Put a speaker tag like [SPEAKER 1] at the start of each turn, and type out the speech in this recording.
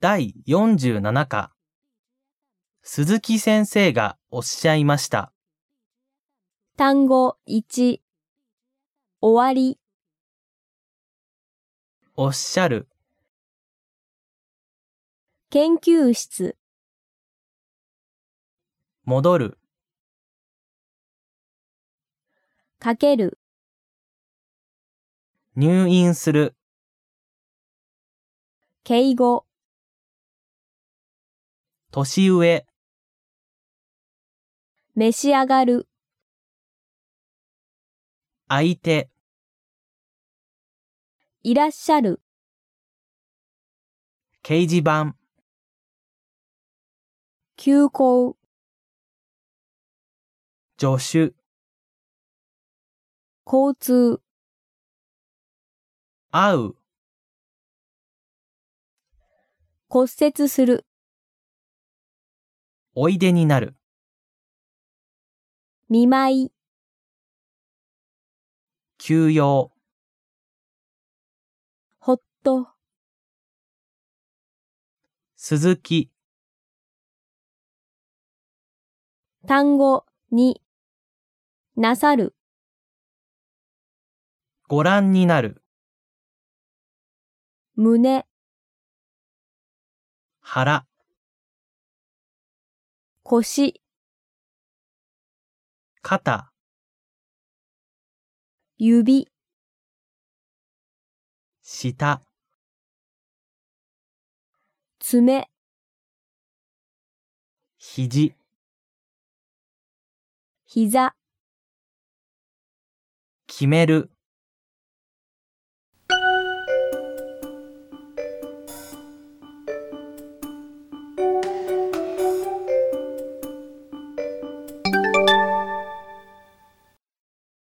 [SPEAKER 1] 第47課鈴木先生がおっしゃいました。
[SPEAKER 2] 単語1終わり、
[SPEAKER 1] おっしゃる、
[SPEAKER 2] 研究室、
[SPEAKER 1] 戻る、
[SPEAKER 2] かける、
[SPEAKER 1] 入院する、
[SPEAKER 2] 敬語、
[SPEAKER 1] 年上、
[SPEAKER 2] 召し上がる、
[SPEAKER 1] 相手、
[SPEAKER 2] いらっしゃる、
[SPEAKER 1] 掲示板、
[SPEAKER 2] 休校、
[SPEAKER 1] 助手、
[SPEAKER 2] 交通、
[SPEAKER 1] 会う、
[SPEAKER 2] 骨折する、
[SPEAKER 1] おいでになる、
[SPEAKER 2] 見舞い、
[SPEAKER 1] 休養、
[SPEAKER 2] ほっと、
[SPEAKER 1] 鈴木、
[SPEAKER 2] 単語2なさる、
[SPEAKER 1] ご覧になる、
[SPEAKER 2] 胸、
[SPEAKER 1] 腹、
[SPEAKER 2] 腰、
[SPEAKER 1] 肩、
[SPEAKER 2] 指、
[SPEAKER 1] 下、
[SPEAKER 2] 爪、
[SPEAKER 1] 肘、
[SPEAKER 2] 膝、
[SPEAKER 1] 決める、